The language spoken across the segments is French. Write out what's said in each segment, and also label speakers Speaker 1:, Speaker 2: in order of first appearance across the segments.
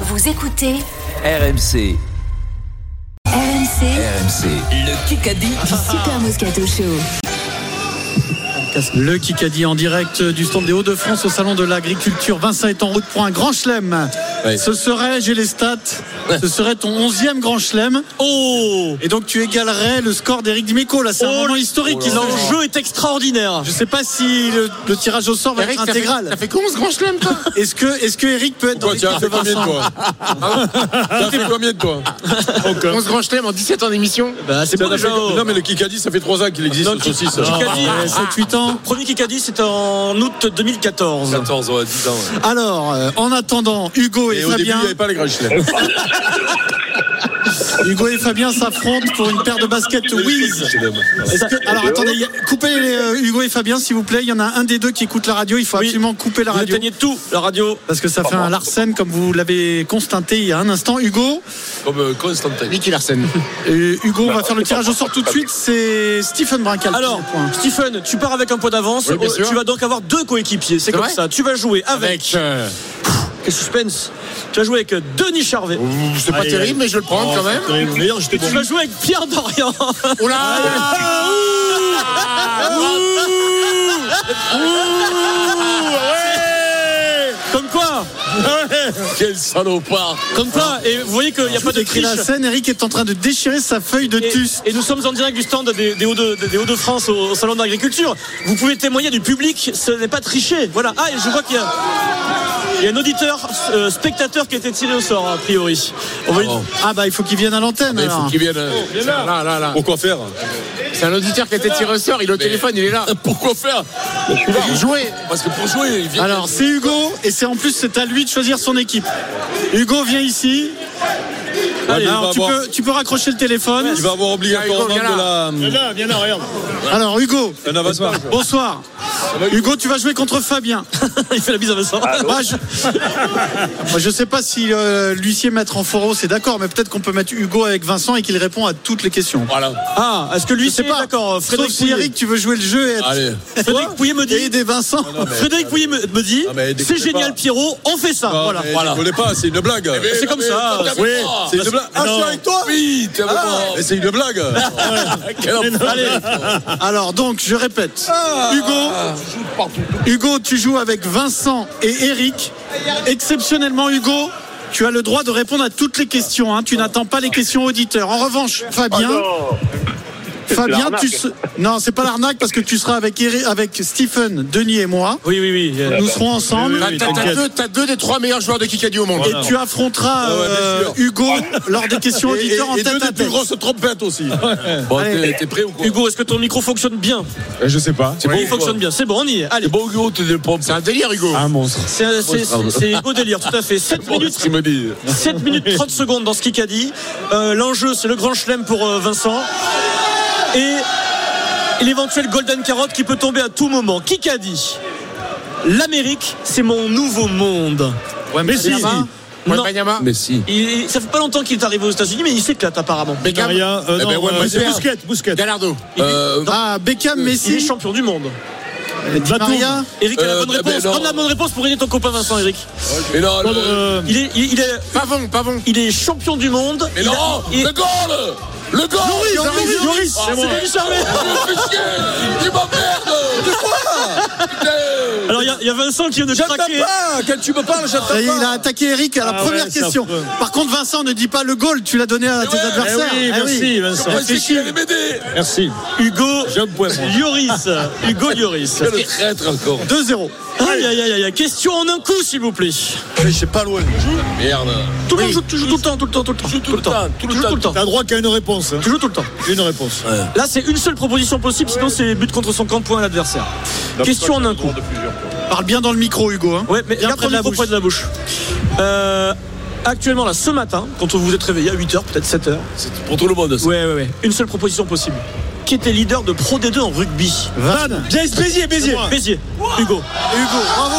Speaker 1: Vous écoutez
Speaker 2: RMC,
Speaker 1: RMC
Speaker 2: RMC, le Kikadi.
Speaker 1: Super Moscato Show.
Speaker 3: Le Kikadi en direct du stand des Hauts-de-France au salon de l'agriculture. Vincent est en route pour un grand chelem.
Speaker 4: Oui.
Speaker 3: Ce serait, j'ai les stats, ce serait ton onzième grand chelem.
Speaker 4: Oh
Speaker 3: Et donc tu égalerais le score d'Éric Dimeco. Là, c'est un
Speaker 4: Oh,
Speaker 3: moment
Speaker 4: le-
Speaker 3: historique.
Speaker 4: oh là là.
Speaker 3: L'enjeu est extraordinaire. Je sais pas si le, le tirage au sort va être intégral.
Speaker 4: fait 11 grands chelems, toi
Speaker 3: Est-ce que, est-ce que Eric peut être dans
Speaker 4: Quoi, tu as fait
Speaker 3: l'équipe de
Speaker 4: combien de
Speaker 3: Vincent
Speaker 4: toi T'as fait combien de toi
Speaker 5: 11 grands chelems en 17 ans d'émission.
Speaker 3: Bah, C'est bon
Speaker 4: T'en as
Speaker 3: déjà.
Speaker 4: fait- Non, mais le Kikadi, ça fait 3 ans qu'il existe,
Speaker 3: Non,
Speaker 4: le saucisse.
Speaker 3: Ah, ouais, 7-8 ans.
Speaker 6: Premier Kikadi, c'était en août 2014.
Speaker 4: 14, ouais, 10 ans. ouais.
Speaker 3: Alors, euh, en attendant, Hugo et,
Speaker 4: Et au début, il
Speaker 3: Fabien,
Speaker 4: n'y avait pas les grands chelems.
Speaker 3: Hugo et Fabien s'affrontent pour une paire de baskets Wiz. Est-ce que- alors attendez, il y a- coupez les, euh, Hugo et Fabien s'il vous plaît. Il y en a un des deux qui écoute la radio. Il faut
Speaker 6: Oui.
Speaker 3: absolument couper la
Speaker 6: Vous
Speaker 3: radio
Speaker 6: éteignez tout, la radio.
Speaker 3: parce que ça fait un Larsen comme vous l'avez constaté il y a un instant. Hugo,
Speaker 4: Comme euh, Constantin.
Speaker 5: Nicky Larsen.
Speaker 3: euh, Hugo, on va faire le tirage au sort tout de suite. C'est Stephen Brincal. qui
Speaker 6: Alors,
Speaker 3: fait le point.
Speaker 6: Stephen, tu pars avec un point d'avance.
Speaker 5: Oui, bien
Speaker 6: Oh,
Speaker 5: sûr.
Speaker 6: tu vas donc avoir deux coéquipiers. C'est
Speaker 5: C'est
Speaker 6: comme
Speaker 5: vrai
Speaker 6: ça. Tu vas jouer avec.
Speaker 5: Avec. euh,
Speaker 6: Quel suspense. Tu vas jouer avec Denis Charvet.
Speaker 5: c'est pas terrible, mais je vais le
Speaker 6: Oh,
Speaker 5: prends quand même. Oh
Speaker 6: Et tu vas jouer avec Pierre Dorian.
Speaker 5: Oula
Speaker 6: Comme quoi
Speaker 4: Quel salopard
Speaker 6: Comme quoi Et vous voyez qu'il n'y a
Speaker 3: Je vous
Speaker 6: pas de
Speaker 3: décris
Speaker 6: triche.
Speaker 3: la scène. Eric est en train de déchirer sa feuille de
Speaker 6: Et,
Speaker 3: tus.
Speaker 6: et nous sommes en direct du stand des, des Hauts-de- des Hauts-de-France au, au salon de l'agriculture. Vous pouvez témoigner du public, ce n'est pas triché. Voilà. Ah, et je vois qu'il y a, il y a un auditeur, euh, spectateur qui a été tiré au sort, a priori. On va Ah lui-
Speaker 3: Ah bah il faut qu'il vienne à l'antenne.
Speaker 4: Mais Il faut
Speaker 3: alors.
Speaker 4: qu'il vienne. euh,
Speaker 6: Oh,
Speaker 5: Là, là, là.
Speaker 4: Pourquoi faire
Speaker 5: C'est un auditeur qui a été tiré au sort, il est au téléphone, il est là.
Speaker 4: Pourquoi faire
Speaker 5: Jouer
Speaker 4: Parce que pour jouer, il vient.
Speaker 3: Alors c'est Hugo et c'est en plus c'est à lui de choisir son équipe. Hugo viens ici.
Speaker 4: Allez, il
Speaker 3: Alors,
Speaker 4: va
Speaker 3: Bah tu,
Speaker 4: avoir-
Speaker 3: peux, tu peux raccrocher le téléphone.
Speaker 4: il va avoir obligatoirement
Speaker 5: Viens
Speaker 4: de la.
Speaker 3: Alors Hugo,
Speaker 4: Un avancement.
Speaker 3: bonsoir. Hugo, tu vas jouer contre Fabien.
Speaker 6: il fait la bise à Vincent.
Speaker 3: Moi, je... Moi, je sais pas si euh, l'huissier maître en foreau c'est d'accord, mais peut-être qu'on peut mettre Hugo avec Vincent et qu'il répond à toutes les questions.
Speaker 4: Voilà.
Speaker 6: Ah, est-ce que lui,
Speaker 3: Je sais
Speaker 6: c'est
Speaker 3: pas.
Speaker 6: d'accord euh,
Speaker 3: Sauf
Speaker 6: Frédéric
Speaker 3: si
Speaker 6: Pouillet,
Speaker 3: Eric, tu veux jouer le jeu et être-
Speaker 4: Allez.
Speaker 6: Frédéric Pouillet me dit,
Speaker 3: aider Vincent.
Speaker 6: Frédéric Pouillet me, me dit,
Speaker 4: Ah, mais déconnez
Speaker 6: c'est génial
Speaker 4: pas.
Speaker 6: Pierrot, on fait ça. voilà.
Speaker 4: Je ne Ah, connais pas, c'est une blague.
Speaker 6: C'est comme ça.
Speaker 4: Oui, c'est une blague. Ah, je suis avec toi Oui, t'es avec moi. Mais c'est une blague.
Speaker 6: Allez, Ah.
Speaker 3: Alors donc, je répète. Hugo, Hugo, tu joues avec Vincent et Eric. Exceptionnellement, Hugo. Tu as le droit de répondre à toutes les questions. hein. Tu n'attends pas les questions auditeurs. En revanche,
Speaker 4: Ah
Speaker 3: Fabien, Fabien, tu se- non, c'est pas l'arnaque parce que tu seras avec Eri- avec Stephen, Denis et moi.
Speaker 6: oui, oui, oui.
Speaker 4: Ah
Speaker 6: euh,
Speaker 4: bah.
Speaker 3: Nous serons ensemble.
Speaker 5: T'as- T'as t'as deux, t'as deux des trois meilleurs joueurs de Kikadi au monde.
Speaker 3: Et tu affronteras
Speaker 4: Ah ouais, bien
Speaker 3: euh,
Speaker 4: sûr. Ah.
Speaker 3: Hugo lors des questions
Speaker 4: Et, et,
Speaker 3: auditeurs en
Speaker 4: et deux
Speaker 3: tête à
Speaker 4: des plus
Speaker 3: tête.
Speaker 4: grosses trompettes aussi. Bon,
Speaker 3: Allez.
Speaker 4: t'es- t'es prêt ou quoi
Speaker 6: Hugo, est-ce que ton micro fonctionne bien
Speaker 7: Eh, Je sais pas.
Speaker 4: c'est
Speaker 6: Oui,
Speaker 4: bon
Speaker 6: il
Speaker 4: ou quoi
Speaker 6: fonctionne bien. C'est bon, on y est. Allez,
Speaker 4: C'est bon Hugo, tu des pompes.
Speaker 5: C'est un délire, Hugo.
Speaker 7: Un monstre.
Speaker 6: c'est euh, c'est- c'est- c'est Hugo Délire, tout à fait. 7
Speaker 4: Bon, c'est
Speaker 6: minutes
Speaker 4: ce qu'il me dit.
Speaker 6: 7 minutes 30 secondes dans ce Kikadi. Euh, L'enjeu, c'est le grand chelem pour euh, Vincent. Et l'éventuel Golden Carotte qui peut tomber à tout moment. Kikadi. L'Amérique, c'est mon nouveau monde.
Speaker 3: Ouais, mais si.
Speaker 5: Banyama Ouais,
Speaker 6: Non.
Speaker 5: Banyama
Speaker 4: Mais si.
Speaker 6: Il- ça fait pas longtemps qu'il est arrivé aux États-Unis, mais il s'éclate apparemment.
Speaker 5: Beckham
Speaker 3: euh,
Speaker 4: Eh ben, ouais, mais c'est-
Speaker 5: Gallardo.
Speaker 4: Euh,
Speaker 3: Ah, Beckham,
Speaker 6: Il est
Speaker 3: Messi,
Speaker 6: champion du monde.
Speaker 3: Di Maria.
Speaker 6: Eric a la
Speaker 4: Euh,
Speaker 6: bonne
Speaker 4: eh ben
Speaker 6: réponse.
Speaker 4: non. Euh,
Speaker 6: Donne la bonne réponse pour aider ton copain Vincent, Eric. Euh,
Speaker 4: Mais non, le-
Speaker 6: Il est, il, il est,
Speaker 5: Pavon, Pavon.
Speaker 6: il est champion du monde.
Speaker 4: mais
Speaker 6: Il a-
Speaker 4: non,
Speaker 6: il-
Speaker 4: le goal Le goal
Speaker 6: Lloris, Lloris,
Speaker 4: Ah,
Speaker 6: c'est
Speaker 4: bon.
Speaker 6: Denis Charvet.
Speaker 4: Tu me fais chier Tu m'emmerdes De quoi Putain
Speaker 6: Alors il y a- il y, a Vincent qui vient de
Speaker 4: J'attends
Speaker 6: craquer.
Speaker 4: pas Quand tu me parles, j'attends
Speaker 3: Ça y est, il a
Speaker 4: pas
Speaker 3: attaqué Eric à
Speaker 7: Ah
Speaker 3: la première question. Par contre, Vincent, ne dis pas le goal, tu l'as donné à tes
Speaker 4: ouais,
Speaker 3: adversaires.
Speaker 7: eh oui,
Speaker 3: Eh
Speaker 7: merci, Vincent.
Speaker 4: Moi, c'est qui allait m'aider
Speaker 7: Merci.
Speaker 6: Hugo
Speaker 7: Job point, moi.
Speaker 6: Lloris. Hugo Lloris.
Speaker 4: Le traître encore
Speaker 3: 2-0.
Speaker 6: Aïe, aïe, aïe, aïe. Question en un coup, s'il vous plaît.
Speaker 4: Mais c'est pas loin Merde
Speaker 6: Tout le temps, tu joues tout le temps, tout le temps, tout le temps. Tout le temps, tout le temps. tout le temps.
Speaker 7: T'as droit qu'à une réponse. hein.
Speaker 6: Tu joues tout le temps.
Speaker 7: Une réponse.
Speaker 6: Là, c'est une seule proposition possible, sinon c'est but contre son camp, point à l'adversaire. Question en un coup.
Speaker 3: Parle bien dans le micro, Hugo. hein.
Speaker 6: Ouais, mais
Speaker 3: Bien
Speaker 6: bien
Speaker 3: près de la bouche.
Speaker 6: de la bouche. Euh, actuellement, là, ce matin, quand vous vous êtes réveillé à 8h, peut-être 7h.
Speaker 4: C'est pour tout le monde, ça.
Speaker 6: Ouais, ouais, ouais. Une seule proposition possible. Qui était leader de Pro D2 en rugby
Speaker 3: Van,
Speaker 6: James Bézier, Bézier. Bézier. Hugo.
Speaker 3: Hugo, bravo.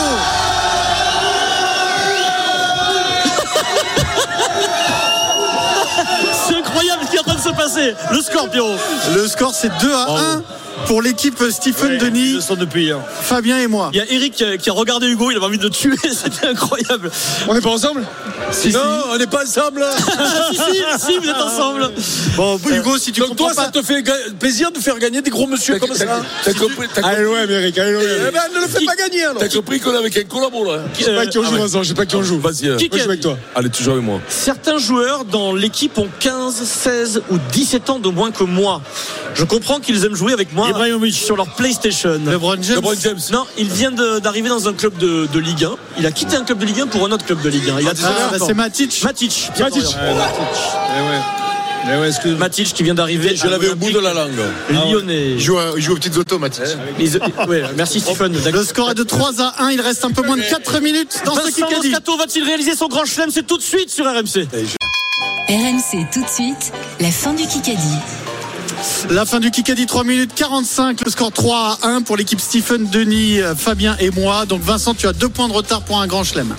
Speaker 6: C'est incroyable ce qui est en train de se passer. Le score, Pierrot.
Speaker 3: Le score, c'est 2 à 1. pour l'équipe Stephen Denis,
Speaker 7: Ils le sont depuis
Speaker 6: hein.
Speaker 7: hier.
Speaker 3: Fabien et moi.
Speaker 6: Il y a Eric qui a- qui a regardé Hugo, il avait envie de le tuer, c'était incroyable.
Speaker 7: On n'est pas ensemble
Speaker 3: Non,
Speaker 7: on n'est pas ensemble
Speaker 6: si, si, si, vous êtes ensemble. Euh,
Speaker 3: Bon, Euh, Hugo, si tu
Speaker 7: Euh, Donc
Speaker 3: comprends
Speaker 7: toi, ça
Speaker 3: pas,
Speaker 7: te fait ga- plaisir de faire gagner des gros monsieur comme ça
Speaker 4: T'as compris, t'as
Speaker 7: Allez loin, Eric, allez loin.
Speaker 4: Eh ben,
Speaker 7: ne le fais pas gagner alors
Speaker 4: t'as compris qu'on est avec un collabo là
Speaker 7: Je sais pas qui on joue, Vincent, je sais pas qui on joue.
Speaker 4: Vas-y. euh,
Speaker 6: Qui-
Speaker 7: Moi, je joue avec toi.
Speaker 4: Allez, tu joues avec moi.
Speaker 6: Certains joueurs dans l'équipe ont 15, 16 ou 17 ans de moins que moi. Je comprends qu'ils aiment jouer avec moi
Speaker 7: Ibrahimovic.
Speaker 6: sur leur PlayStation.
Speaker 3: LeBron James,
Speaker 4: LeBron James.
Speaker 6: Non, il vient de- d'arriver dans un club de, de Ligue 1. Il a quitté un club de Ligue 1 pour un autre club de Ligue 1. Il a
Speaker 3: Ah,
Speaker 6: 19
Speaker 3: bah,
Speaker 6: ans.
Speaker 3: c'est Matic.
Speaker 6: Matic.
Speaker 7: Matic Eh ouais. Eh ouais, excuse-moi.
Speaker 6: Matic qui vient d'arriver.
Speaker 4: Je
Speaker 6: à
Speaker 4: l'avais au bout de la langue.
Speaker 6: Lyonnais.
Speaker 5: Il joue, à- il joue aux petites autos, Mathis.
Speaker 6: Ils- Ah ouais, merci Stephen.
Speaker 3: Le score est de 3 à 1, il reste un peu moins de 4 minutes dans ce
Speaker 6: Vincent
Speaker 3: Kikadi.
Speaker 6: Moscato va-t-il réaliser son grand chelem C'est tout de suite sur RMC.
Speaker 1: RMC tout de suite, la fin du Kikadi.
Speaker 3: La fin du Kikadi, 3 minutes 45. Le score 3 à 1 pour l'équipe Stephen, Denis, euh, Fabien et moi. Donc Vincent, tu as 2 points de retard pour un grand chelem.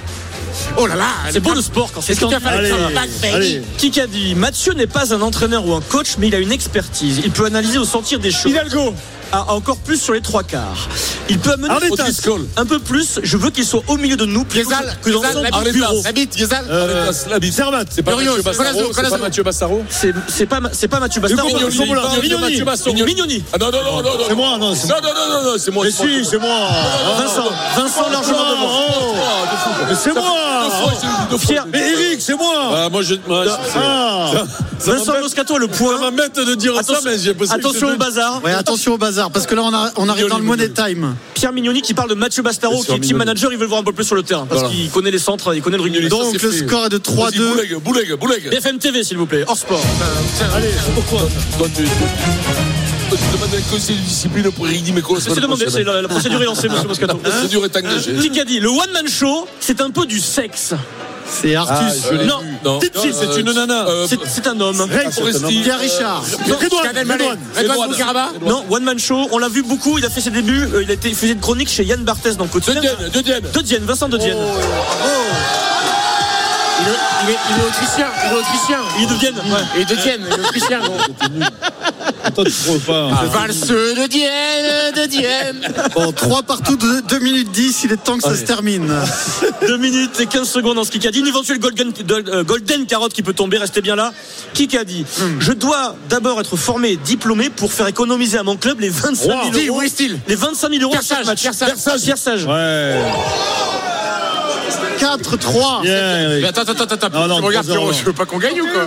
Speaker 5: Oh là là
Speaker 6: C'est beau le sport quand c'est
Speaker 5: Qu'est-ce que t'as fait avec
Speaker 6: tendu.
Speaker 5: ça
Speaker 7: Allez.
Speaker 6: Qui a dit Mathieu n'est pas un entraîneur ou un coach, mais il a une expertise. Il peut analyser au sentir des choses.
Speaker 7: Hidalgo
Speaker 6: Ah, encore plus sur les trois quarts. Il peut amener
Speaker 7: Arletas.
Speaker 6: au discole. un peu plus. Je veux qu'il soit au milieu de nous plutôt
Speaker 5: Ghezal,
Speaker 6: que dans son
Speaker 5: la bite,
Speaker 6: bureau.
Speaker 5: la bite, Ghezal.
Speaker 7: Euh,
Speaker 4: Arrête la bite.
Speaker 7: Zerbat
Speaker 4: C'est pas
Speaker 5: Berrios,
Speaker 4: Mathieu Bassaro.
Speaker 5: Colazo,
Speaker 4: C'est pas
Speaker 5: Colazo.
Speaker 4: Mathieu Bassaro.
Speaker 6: C'est c'est pas c'est pas Mathieu Bastard.
Speaker 4: Mignoni,
Speaker 6: Son boulard.
Speaker 4: Barthes,
Speaker 6: Mignoni.
Speaker 4: Mathieu Bassaro.
Speaker 6: Mignoni.
Speaker 4: Ah non, non, non, non, non.
Speaker 7: C'est moi, non, c'est
Speaker 4: Non, non, non, non, non, c'est moi.
Speaker 7: Mais
Speaker 4: c'est moi,
Speaker 7: si, c'est moi
Speaker 6: Vincent, Vincent largement devant.
Speaker 7: Oh,
Speaker 4: Ah, de
Speaker 7: Mais
Speaker 4: fou.
Speaker 7: c'est
Speaker 4: Deux fois,
Speaker 7: moi
Speaker 4: j'ai eu deux fois.
Speaker 6: Pierre.
Speaker 7: Mais Eric, c'est moi
Speaker 4: Ah, moi, je. moi, c'est-
Speaker 7: Ah
Speaker 6: Vincent Moscato a le point.
Speaker 7: m'embête de dire
Speaker 6: Attention- Attention au bazar.
Speaker 3: Ouais, attention au bazar, parce que là, on, a- on arrive dans le Money Time.
Speaker 6: Pierre Mignoni qui parle de Mathieu Bastaro
Speaker 4: Bien
Speaker 6: qui
Speaker 4: sûr,
Speaker 6: est team
Speaker 4: Mignoni.
Speaker 6: manager, il veut le voir un peu plus sur le terrain parce
Speaker 4: Voilà.
Speaker 6: qu'il connaît les centres, il connaît le rugby.
Speaker 4: Donc,
Speaker 3: Donc le
Speaker 4: fait.
Speaker 3: score est de
Speaker 4: Vas-y,
Speaker 3: 3-2.
Speaker 4: Bouleg, Bouleg, Bouleg.
Speaker 6: BFM TV s'il vous plaît, hors sport.
Speaker 7: Allez, pourquoi
Speaker 4: Toi, tu. Je demande un conseil de discipline pour Eric Dimeco.
Speaker 6: C'est demandé, c'est la, la procédure est lancée, monsieur
Speaker 4: La
Speaker 6: Moscato.
Speaker 4: procédure est engagée.
Speaker 6: Qui a dit le one man show, c'est un peu du sexe.
Speaker 3: C'est Artus.
Speaker 4: je l'ai
Speaker 6: non,
Speaker 4: vu.
Speaker 6: non,
Speaker 4: Tite,
Speaker 6: non,
Speaker 4: c'est
Speaker 6: euh,
Speaker 4: une nana.
Speaker 6: euh, c'est- C'est un homme.
Speaker 3: Ah,
Speaker 7: Rex,
Speaker 4: Foresti.
Speaker 3: Euh, Pierre Richard.
Speaker 7: Redouane, Redouane
Speaker 5: Redouane Boukaraba.
Speaker 6: Non, one man show, on l'a vu beaucoup, il a fait ses débuts, euh, il a été il faisait de chronique chez Yann Barthès dans Côte
Speaker 4: Deuxième, deuxième.
Speaker 6: De Dienne, Vincent De Dienne.
Speaker 5: Il est- il est il est autrichien, il est autrichien.
Speaker 6: Il est de Dienne, ouais.
Speaker 5: Et de Dienne, le Christian.
Speaker 3: Ah,
Speaker 7: Attends, tu trouves pas.
Speaker 5: Valseux Ah, de Dienne, de Dienne.
Speaker 3: Bon, 3 partout, 2, minutes 10. Il est temps que ça se termine.
Speaker 6: 2 minutes et 15 secondes en ce qui a dit. Une éventuelle golden, de- euh, golden carotte qui peut tomber, restez bien là. Qui a dit Je dois d'abord être formé, et diplômé pour faire économiser à mon club les 25 000
Speaker 5: Dis,
Speaker 6: euros.
Speaker 5: où est-il
Speaker 6: Les 25 000 euros à chaque
Speaker 5: Persage,
Speaker 6: match.
Speaker 5: Persage.
Speaker 6: Persage.
Speaker 7: Ouais.
Speaker 3: 4-3.
Speaker 7: Bien, Eric.
Speaker 5: Mais attends, attends, attends,
Speaker 7: Non, non,
Speaker 5: tu me regardes,
Speaker 7: trois heures,
Speaker 5: Pierrot,
Speaker 7: non.
Speaker 5: tu veux pas qu'on gagne ou quoi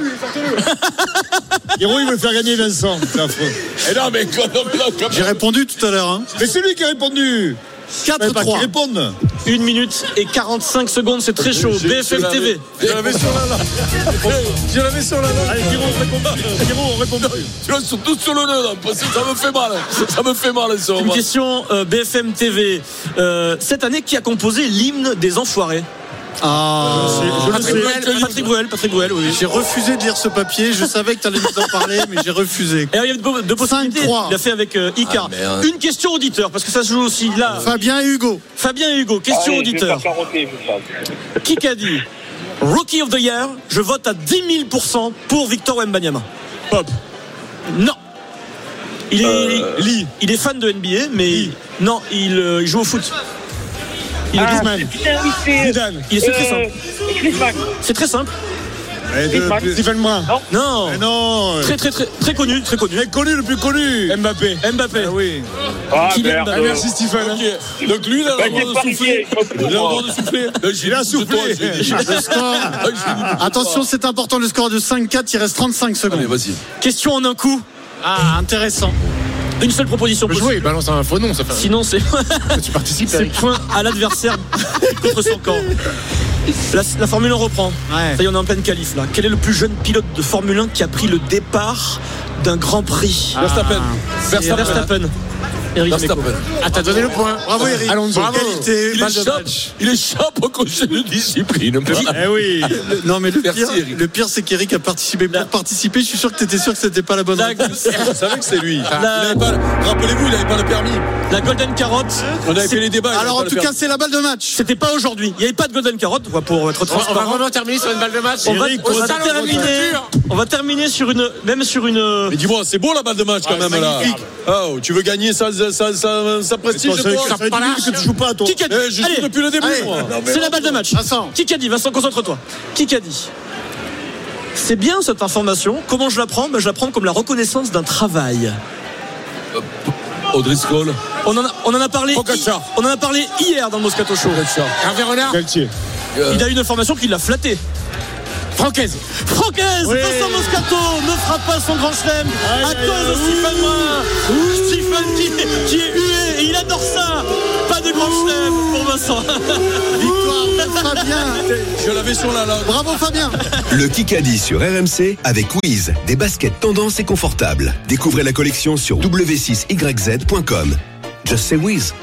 Speaker 7: Hiro, il veut faire gagner Vincent. C'est affreux.
Speaker 4: Eh non, mais quand non, mais non, quand-
Speaker 3: J'ai répondu tout à l'heure. hein.
Speaker 7: Mais c'est lui qui a répondu Mais pas qui
Speaker 3: 4-3.
Speaker 7: réponde
Speaker 6: Une minute et 45 secondes, c'est très chaud. BFM TV.
Speaker 4: Je l'avais sur la langue. Je l'avais sur la langue.
Speaker 7: Allez, Hiro, on répond plus. Hiro, on répond plus.
Speaker 4: Tu vois, ils sont tous sur le nœud, là, parce que ça me fait mal. Ça me fait mal, ça.
Speaker 6: Une question euh, BFM TV. Euh, cette année, qui a composé l'hymne des enfoirés Euh,
Speaker 3: Ah.
Speaker 7: Je le
Speaker 5: Patrick
Speaker 7: sais.
Speaker 5: Bruel.
Speaker 6: Patrick Bruel, Patrick Bruel, oui.
Speaker 3: J'ai refusé de lire ce papier. Je savais que tu allais nous en parler, mais j'ai refusé.
Speaker 6: Et alors, il y avait deux, deux possibilités.
Speaker 3: 5-3.
Speaker 6: Il a fait avec euh, Icar.
Speaker 4: merde.
Speaker 6: Une question auditeur, parce que ça se joue aussi là.
Speaker 3: Fabien et Hugo.
Speaker 6: Fabien et Hugo, question
Speaker 8: Allez, je vais
Speaker 6: auditeur.
Speaker 8: faire carotter, je pense.
Speaker 6: Qui qu'a dit Rookie of the Year, je vote à 10 000% pour Victor Wembanyama. Hop. Non. Il est,
Speaker 8: Euh.
Speaker 6: il- il est fan de NBA, mais non, il, euh, il joue au foot. Il est
Speaker 8: Ah,
Speaker 6: Griezmann.
Speaker 8: putain, oui, c'est-
Speaker 7: Zidane.
Speaker 6: Il est c'est très
Speaker 8: euh,
Speaker 6: simple.
Speaker 8: Griezmann.
Speaker 6: C'est très simple.
Speaker 7: Et de- Stephen Brun.
Speaker 6: Non.
Speaker 7: Mais non.
Speaker 6: Très très très très connu, très connu.
Speaker 7: Le mec connu, le plus connu. Mbappé.
Speaker 6: Mbappé.
Speaker 7: Ah oui.
Speaker 8: Ah,
Speaker 6: Kylian
Speaker 8: merde.
Speaker 7: Ah, merci Stephen.
Speaker 4: Donc lui, là,
Speaker 8: Bah,
Speaker 4: il a le droit de
Speaker 8: j'ai parié.
Speaker 4: souffler. Il a le droit de souffler.
Speaker 7: Il a soufflé.
Speaker 3: Ah, Le score. Attention, c'est important. Le score est de 5-4. Il reste 35
Speaker 4: Allez,
Speaker 3: secondes.
Speaker 4: vas-y.
Speaker 6: Question en un coup.
Speaker 3: Ah, intéressant.
Speaker 6: Une seule proposition
Speaker 5: Jouer,
Speaker 6: possible.
Speaker 5: il balance un faux nom, ça fait
Speaker 6: Sinon c'est
Speaker 5: Tu participes,
Speaker 6: c'est
Speaker 5: Eric.
Speaker 6: point à l'adversaire contre son camp. La, la Formule 1 reprend.
Speaker 3: Ouais.
Speaker 6: Ça y est, on est en pleine qualif là. Quel est le plus jeune pilote de Formule 1 qui a pris le départ d'un Grand Prix
Speaker 4: Ah. Verstappen.
Speaker 6: C'est Verstappen. Eric
Speaker 4: Verstappen.
Speaker 5: Ah, t'as donné le point.
Speaker 3: Bravo Eric.
Speaker 5: Alonso.
Speaker 3: Bravo. Qualité.
Speaker 4: Il
Speaker 3: balle
Speaker 4: est
Speaker 3: de
Speaker 4: champ,
Speaker 3: match.
Speaker 4: il est champ au coach de discipline.
Speaker 7: Eh oui.
Speaker 3: Le- Non mais le
Speaker 4: Merci,
Speaker 3: pire,
Speaker 4: Eric.
Speaker 3: le pire c'est qu'Eric a participé pour participer. Je suis sûr que t'étais sûr que c'était pas la bonne
Speaker 6: La,
Speaker 3: réponse.
Speaker 4: Vous savez que c'est lui.
Speaker 6: La-
Speaker 4: Il avait pas- Rappelez-vous, il n'avait pas le permis.
Speaker 6: la Golden Carotte,
Speaker 4: On avait fait les débats. il avait
Speaker 3: Alors
Speaker 4: pas
Speaker 3: en
Speaker 4: le
Speaker 3: tout
Speaker 4: permis.
Speaker 3: cas c'est la balle de match.
Speaker 6: c'était pas aujourd'hui. Il n'y avait pas de Golden Carotte, voilà, pour être
Speaker 5: On on va
Speaker 6: transparent.
Speaker 5: vraiment terminer sur une balle de match.
Speaker 6: On va,
Speaker 5: Eric,
Speaker 6: on
Speaker 5: au
Speaker 6: va
Speaker 5: salon de la
Speaker 6: terminer,
Speaker 5: culture.
Speaker 6: on va terminer sur une, même sur une.
Speaker 4: Mais dis-moi, c'est beau la balle de match quand
Speaker 7: Ah,
Speaker 5: Ouais,
Speaker 4: même là.
Speaker 5: magnifique.
Speaker 4: Oh, tu veux gagner ça, ça, ça, ça, ça prestige
Speaker 7: Ça, ça,
Speaker 4: toi
Speaker 7: ça fait dix minutes que tu joues pas, toi.
Speaker 6: Qui qu'a dit
Speaker 4: Eh, Je suis
Speaker 6: Allez,
Speaker 4: depuis le début
Speaker 3: Allez.
Speaker 4: moi.
Speaker 6: c'est la balle de match.
Speaker 3: Vincent.
Speaker 6: Qui qu'a dit Vincent, concentre-toi. Qui qu'a dit C'est bien cette information. Comment je la prends Ben, Je la prends comme la reconnaissance d'un travail.
Speaker 4: Audrey Scholl.
Speaker 6: On en a, on en a parlé.
Speaker 4: Pogacar.
Speaker 6: hi- on en a parlé hier dans le Moscato Show.
Speaker 5: Hervé Renard.
Speaker 7: Galtier.
Speaker 6: Il a eu une information qui l'a flatté.
Speaker 5: Francaise.
Speaker 6: Francaise,
Speaker 7: Oui.
Speaker 6: Vincent Moscato ne fera pas son grand chelem à
Speaker 7: Aïe, aïe,
Speaker 6: cause de
Speaker 7: aïe.
Speaker 6: Stephen Brun. Stephen qui, qui est hué et il adore ça. Pas de grand chelem pour Vincent.
Speaker 3: Victoire de Fabien.
Speaker 4: Je l'avais sur la langue.
Speaker 3: Bravo Fabien.
Speaker 8: Le Kikadi sur RMC avec Wiz, des baskets tendance et confortables. Découvrez la collection sur w6yz.com. Just say Wiz.